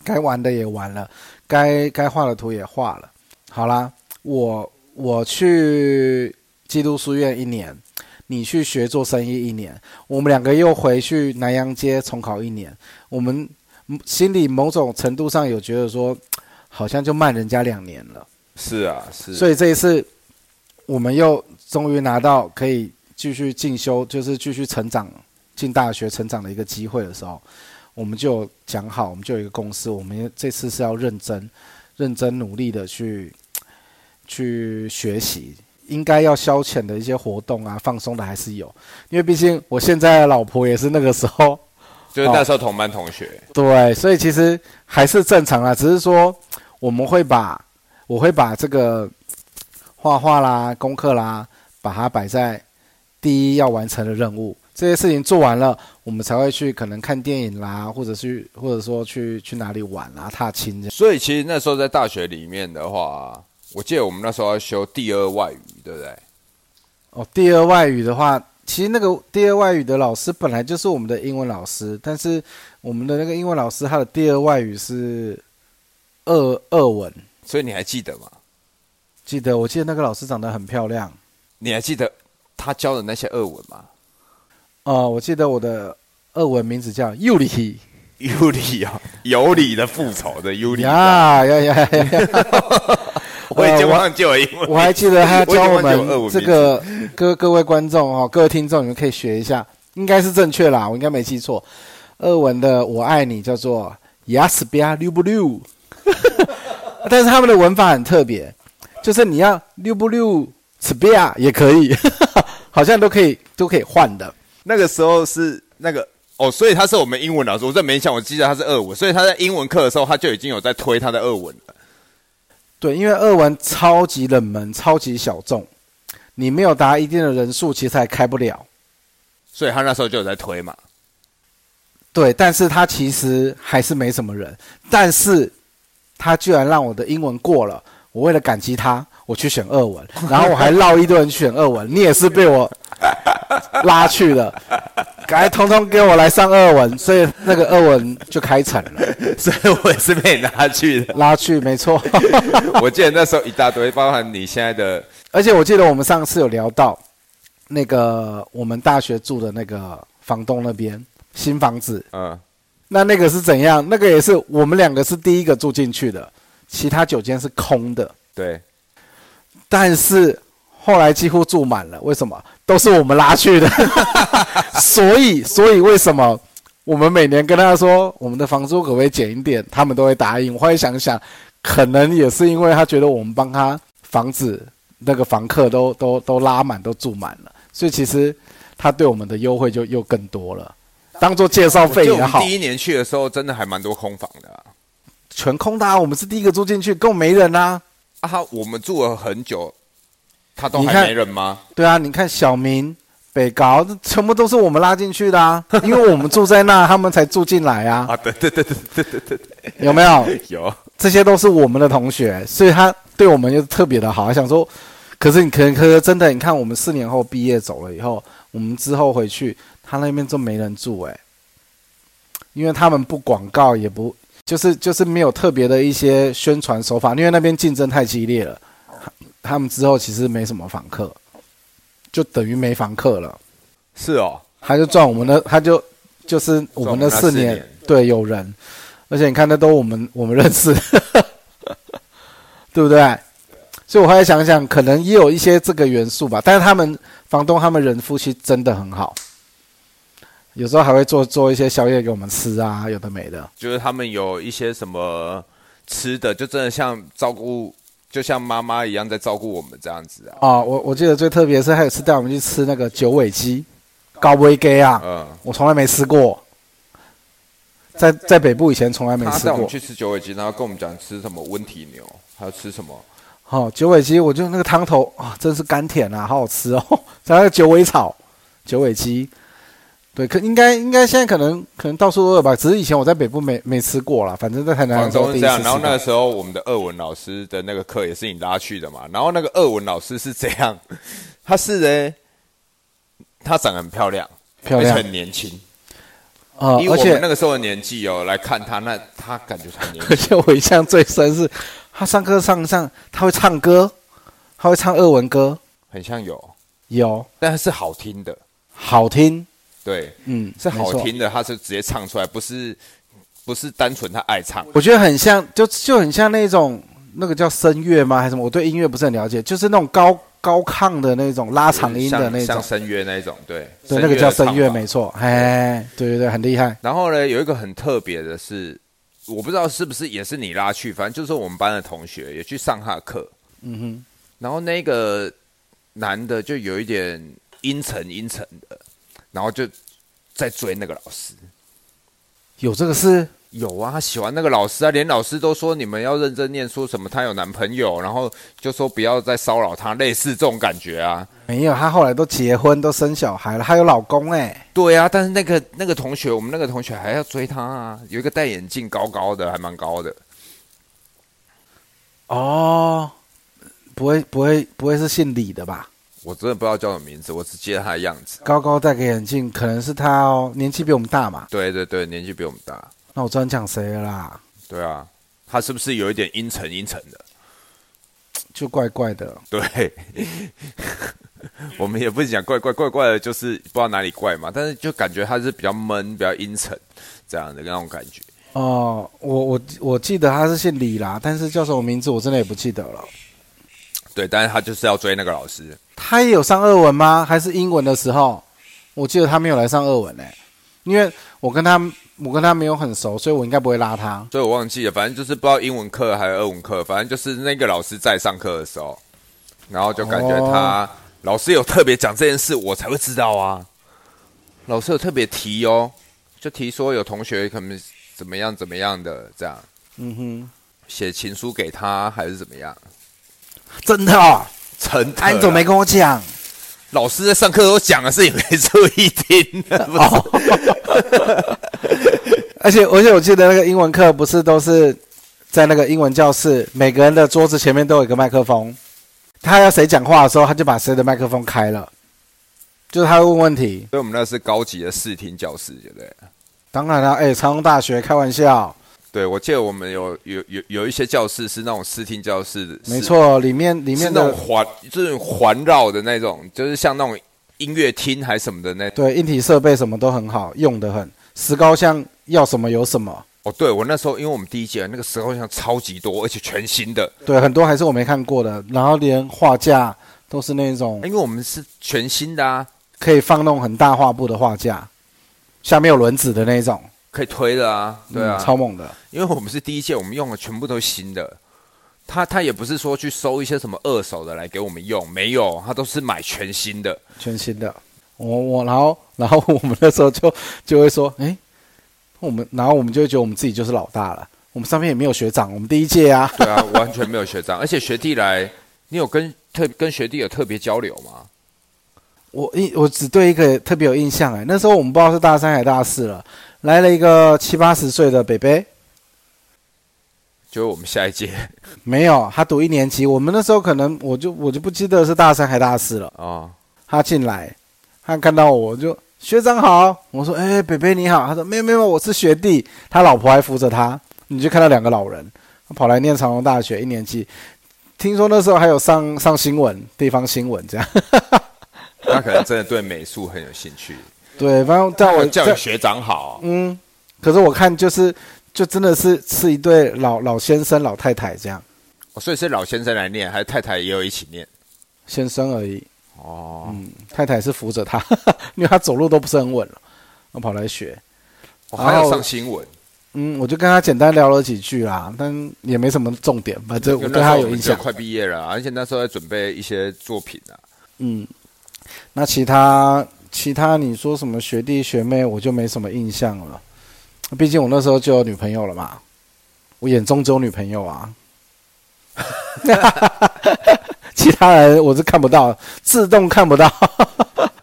B: 该玩的也玩了，该 该画的图也画了。好啦，我我去基督书院一年，你去学做生意一年，我们两个又回去南洋街重考一年。我们嗯心里某种程度上有觉得说，好像就慢人家两年了。
A: 是啊，是。
B: 所以这一次我们又终于拿到可以继续进修，就是继续成长、进大学成长的一个机会的时候，我们就有讲好，我们就有一个共识，我们这次是要认真、认真努力的去去学习。应该要消遣的一些活动啊，放松的还是有，因为毕竟我现在的老婆也是那个时候
A: 就是那时
B: 哦
A: 候同班同学，
B: 对，所以其实还是正常啦，只是说我们会把我会把这个画画啦、功课啦，把它摆在第一要完成的任务。这些事情做完了，我们才会去可能看电影啦，或者去或者说去去哪里玩啦、踏青这样。
A: 所以其实那时候在大学里面的话，我记得我们那时候要修第二外语，对不对？
B: 哦，第二外语的话，其实那个第二外语的老师本来就是我们的英文老师，但是我们的那个英文老师他的第二外语是俄俄文，
A: 所以你还记得吗？
B: 记得我记得那个老师长得很漂亮。
A: 你还记得他教的那些俄文 吗？
B: 哦，我记得我的俄文名字叫尤里希。
A: 尤里啊，有理的复仇的尤里，
B: 呀呀呀呀呀！ 呃
A: 我已经忘记我英文名字，
B: 我还记得他教
A: 我已经忘记俄文
B: 们
A: 名
B: 这
A: 字
B: 个各各位观众哦，各位听众，你们可以学一下，应该是正确啦，我应该没记错。俄文的“我爱你”叫做 “Yes, b a l u b l u 但是他们的文法很特别，就是你要 “lu b l u s b a 也可以， 好像都可以都可以换的。
A: 那个时候是那个哦，所以他是我们英文老师，我这没印象，我记得他是俄文，所以他在英文课的时候他就已经有在推他的俄文了。
B: 对，因为俄文超级冷门、超级小众，你没有达一定的人数，其实还开不了。
A: 所以他那时候就有在推 嘛，
B: 对，但是它其实还是没什么人，但是他居然让我的英文过了，我为了感激他，我去选俄文，然后我还绕一堆人选俄文，你也是被我 拉去了，赶快通通给我来上俄文，所以那个俄文就开成了，
A: 所以我也是被你拉去的。
B: 拉去没错。
A: 我记得那时候一大堆，包含你现在的
B: 而且我记得我们上次有聊到那个我们大学住的那个房东那边新房子，
A: 嗯，
B: 那那个是怎样？那个也是我们两个是第一个住进去的，其他九间是空的，
A: 对，
B: 但是后来几乎住满了。为什么？都是我们拉去 的，所以所以为什么？我们每年跟他说我们的房租可不可以减一点，他们都会答应。我后来想想，可能也是因为他觉得我们帮他房子那个房客都都都拉满，都住满了，所以其实他对我们的优惠就又更多了，当做介绍费
A: 就我
B: 也
A: 们
B: 好。
A: 第一年去的时候，真的还蛮多空房的啊。
B: 全空的、啊，我们是第一个住进去，根本没人啊。
A: 啊，他我们住了很久，他都
B: 你
A: 还
B: 看
A: 没人吗？
B: 对啊，你看小明、北高，这全部都是我们拉进去的啊， 因为我们住在那，他们才住进来啊，
A: 啊，对对对对对对对，
B: 有没有？
A: 有。
B: 这些都是我们的同学，所以他对我们又特别的好。他想说，可是你可能可是真的，你看我们四年后毕业走了以后，我们之后回去，他那边就没人住哎、因为他们不广告也不就是就是没有特别的一些宣传手法，因为那边竞争太激烈了，他他们之后其实没什么房客，就等于没房客了。
A: 是哦，
B: 他就赚我们的，他就就是我们的
A: 赚我们那四
B: 四年
A: 年，
B: 对，有人，而且你看，那都我们我们认识， 对不对？所以我后来想想，可能也有一些这个元素吧。但是他们房东他们人夫妻真的很好，有时候还会做做一些宵夜给我们吃啊，有的没的。
A: 就是他们有一些什么吃的，就真的像照顾，就像妈妈一样在照顾我们这样子啊。
B: 哦，我我记得最特别是还有次带我们去吃那个九尾鸡，高威鸡啊，
A: 嗯，
B: 我从来没吃过，在在北部以前从来没
A: 他
B: 吃
A: 带我
B: 过
A: 们。去吃九尾鸡，然后跟我们讲吃什么温体牛，还有吃什么。
B: 好、九尾鸡，我就那个汤 头啊，真是甘甜啊，好好吃哦。再那个九尾草、九尾鸡，对，可应该应该现在可能可能到处都有吧，只是以前我在北部没没吃过啦，反正在台南
A: 广
B: 的时候
A: 东
B: 哎第
A: 是
B: 一
A: 这样，
B: 次吃
A: 然后
B: 到
A: 那个时候我们的二文老师的那个课也是你拉去的嘛，然后那个二文老师是这样，他是呢，她长得很漂亮，
B: 漂亮
A: 而且很年轻，
B: 呃，
A: 以
B: 而
A: 我
B: 且
A: 们那个时候的年纪哦来看她，那她感觉是很年
B: 而
A: 轻，
B: 且我印象最深是，他上课上一上他会唱歌，他会唱俄文歌，
A: 很像有，
B: 有
A: 但是好听的，
B: 好听，
A: 对，
B: 嗯，
A: 是
B: 没
A: 好
B: 错。
A: 听的，她是直接唱出来，不是不是单纯她爱唱，
B: 我觉得很像，就就很像那种那个叫声乐吗？还是什么？我对音乐不是很了解，就是那种高高亢的那种拉长音的
A: 像
B: 那
A: 像
B: 种，
A: 声乐那一种，对，
B: 对，那个叫声乐，
A: 没。
B: 没错。哎，对对对，很厉害。
A: 然后呢，有一个很特别的是，我不知道是不是也是你拉去，反正就是我们班的同学也去上他的课。
B: 嗯哼，
A: 然后那个男的就有一点阴沉阴沉的，然后就在追那个老师。
B: 有这个事，
A: 有啊，他喜欢那个老师啊，连老师都说你们要认真念书，什么她有男朋友，然后就说不要再骚扰她，类似这种感觉啊。
B: 没有，她后来都结婚，都生小孩了，她有老公哎、
A: 对啊，但是那个那个同学，我们那个同学还要追她啊，有一个戴眼镜高高的，还蛮高的。
B: 哦，不会不会不会是姓李的吧？
A: 我真的不知道叫什么名字，我只记得他的样子。
B: 高高戴个眼镜，可能是他哦，年纪比我们大嘛。
A: 对对对，年纪比我们大。
B: 那我知道你讲谁了啦，
A: 对啊，他是不是有一点阴沉阴沉的？
B: 就怪怪的。
A: 对， 我们也不是讲怪怪怪怪的，就是不知道哪里怪嘛，但是就感觉他是比较闷、比较阴沉这样的那种感觉。
B: 哦，我我我记得他是姓李啦，但是叫什么名字我真的也不记得了。
A: 对，但是他就是要追那个老师，
B: 他也有上俄文吗？还是英文的时候？我记得他没有来上俄文呢、因为我跟他我跟他没有很熟，所以我应该不会拉他。
A: 所以我忘记了，反正就是不知道英文课还是俄文课，反正就是那个老师在上课的时候，然后就感觉
B: 哦
A: 他、老师有特别讲这件事，我才会知道啊。老师有特别提哦，就提说有同学可能怎么样怎么样的这样。
B: 嗯哼，
A: 写情书给他，还是怎么样？
B: 真的哦，
A: 真的啦，
B: 哎、你怎么没跟我讲？
A: 老师在上课都讲的是你没注意听的， 不是？
B: 而且而且我记得那个英文课不是都是在那个英文教室，每个人的桌子前面都有一个麦克风，他要谁讲话的时候，他就把谁的麦克风开了，就是他会问问题。
A: 所以我们那是高级的视听教室，对不对？
B: 当然了，哎、长隆大学开玩笑，
A: 对，我记得我们有有有有一些教室是那种视听教室的，
B: 没错，里面里
A: 是，是
B: 面
A: 那种
B: 的
A: 环就是环绕的那种，就是像那种音乐厅还什么的那。
B: 对硬体设备什么都很好，用的很，石膏像要什么有什么，
A: 哦，对我那时候因为我们第一届那个时候像超级多，而且全新的，
B: 对，很多还是我没看过的，然后连画架都是那种
A: 因为我们是全新的啊，
B: 可以放那种很大画布的画架，下面有轮子的那种，
A: 可以推的啊，对啊，
B: 嗯超猛的。
A: 因为我们是第一届，我们用的全部都是新的。他他也不是说去收一些什么二手的来给我们用，没有，他都是买全新的。
B: 全新的。我我然后然后我们那时候就就会说，哎，我们然后我们就会觉得我们自己就是老大了，我们上面也没有学长，我们第一届啊，
A: 对啊，完全没有学 长，而且学弟来，你有跟特跟学弟有特别交流吗？
B: 我印我只对一个特别有印象哎，那时候我们不知道是大三还是大四了，来了一个七八十岁的北北，
A: 就是我们下一 届
B: 没有，他读一年级，我们那时候可能我就我就不记得是大三还大四了，
A: 啊，
B: 他进来，他看到我就学长好，我说哎、北北你好，他说没有没有，我是学弟，他老婆还扶着他，你就看到两个老人，他跑来念长隆大学一年级，听说那时候还有上上新闻，地方新闻这样，
A: 他可能真的对美术很有兴趣。
B: 对，反正在我
A: 叫你
B: 在
A: 学长好，
B: 嗯，可是我看就是就真的是是一对老老先生老太太这样，
A: 哦所以是老先生来念，还是太太也有一起念？
B: 先生而已，
A: 哦，
B: 嗯，太太是扶着他， 因为他走路都不是很稳了，我跑来学，
A: 我还要
B: 然后
A: 上新闻，
B: 嗯，我就跟他简单聊了几句啦，但也没什么重点，反正
A: 因
B: 我
A: 为那
B: 对
A: 时
B: 他
A: 候我
B: 有
A: 们
B: 印
A: 就
B: 象。
A: 快毕业了啊，而且那时候在准备一些作品啊。
B: 嗯，那其他其他你说什么学弟学妹，我就没什么印象了，毕竟我那时候就有女朋友了嘛，我眼中只有女朋友啊。 其他人我是看不到，自动看不到。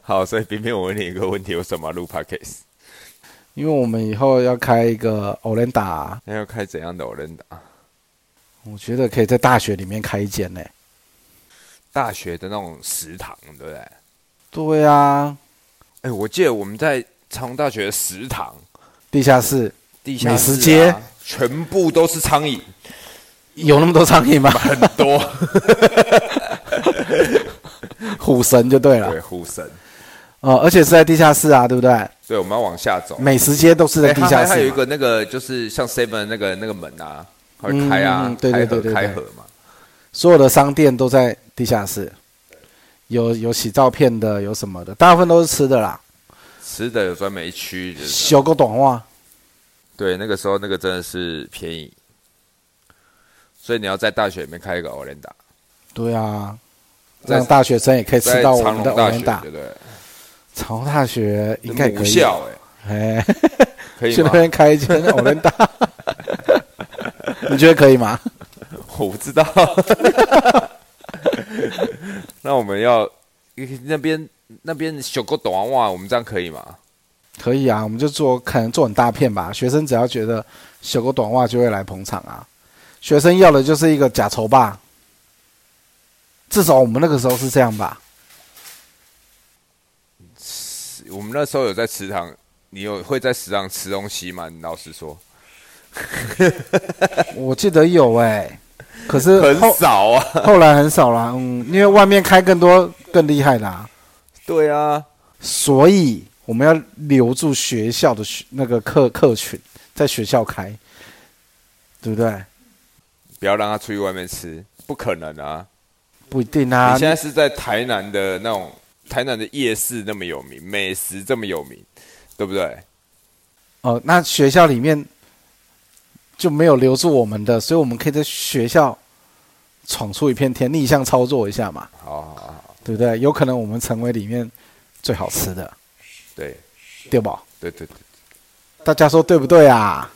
A: 好，所以冰冰，我问你一个问题：为什么要录 podcast？
B: 因为我们以后要开一个 Olenda，
A: 那哎要开怎样的 o l e n d a
B: 我觉得可以在大学里面开一间呢。
A: 大学的那种食堂，对不对？哎、
B: 对啊，
A: 我记得我们在长隆大学的食堂
B: 地下室
A: 地下、啊
B: 美食街，
A: 全部都是苍蝇，
B: 有那么多苍 蝇吗？
A: 很多
B: 虎神就对了
A: 对，，呼声。
B: 呃，而且是在地下室啊，对不对？
A: 对，我们要往下走。
B: 美食街都是在
A: 哎
B: 地
A: 它
B: 下
A: 还还有
B: 室啊
A: 一
B: 嘛，
A: 个那个就是像 seven 那个那个门啊，它会开啊，
B: 嗯对对对对对
A: 开合开合嘛。
B: 所有的商店都在地下室，有有洗照片的，有什么的，大部分都是吃的啦。
A: 吃的有专门一区，就是
B: 小狗短袜，
A: 对，那个时候那个真的是便宜，所以你要在大学里面开一个 o l e n d a
B: 对啊，
A: 在
B: 让大学生也可以吃
A: 在
B: 到我
A: 长
B: 们的
A: 隆
B: 欧
A: 大
B: 文
A: 学
B: 达。
A: 对不对？
B: 长隆大学应该可
A: 母
B: 以，
A: 校哎，
B: 哎，
A: 可以
B: 去那
A: 吗？
B: 边开一间欧文达，你觉得可以吗？
A: 我不知道。 那我们要那边那边小狗短袜，我们这样可以吗？
B: 可以啊，我们就做，可能做很大片吧。学生只要觉得小狗短袜就会来捧场啊。学生要的就是一个假丑吧，至少我们那个时候是这样吧。
A: 我们那时候有在食堂，你有会在食堂吃东西吗？你老实说，
B: 我记得有哎、可是
A: 很
B: 后
A: 少啊。
B: 后来很少啦，嗯，因为外面开更多更厉害的、啊，
A: 对啊，
B: 所以我们要留住学校的学那个客客群，在学校开，对不对？
A: 不要让他出去外面吃，不可能啊！
B: 不一定啊
A: 你，现在是在台南的那种台南的夜市那么有名，美食这么有名，对不对？
B: 哦，那学校里面就没有留住我们的，所以我们可以在学校闯出一片天，逆向操作一下嘛，
A: 好好好好，
B: 对不对？有可能我们成为里面最好吃的，
A: 对
B: 对吧？
A: 对对对，
B: 大家说对不对啊？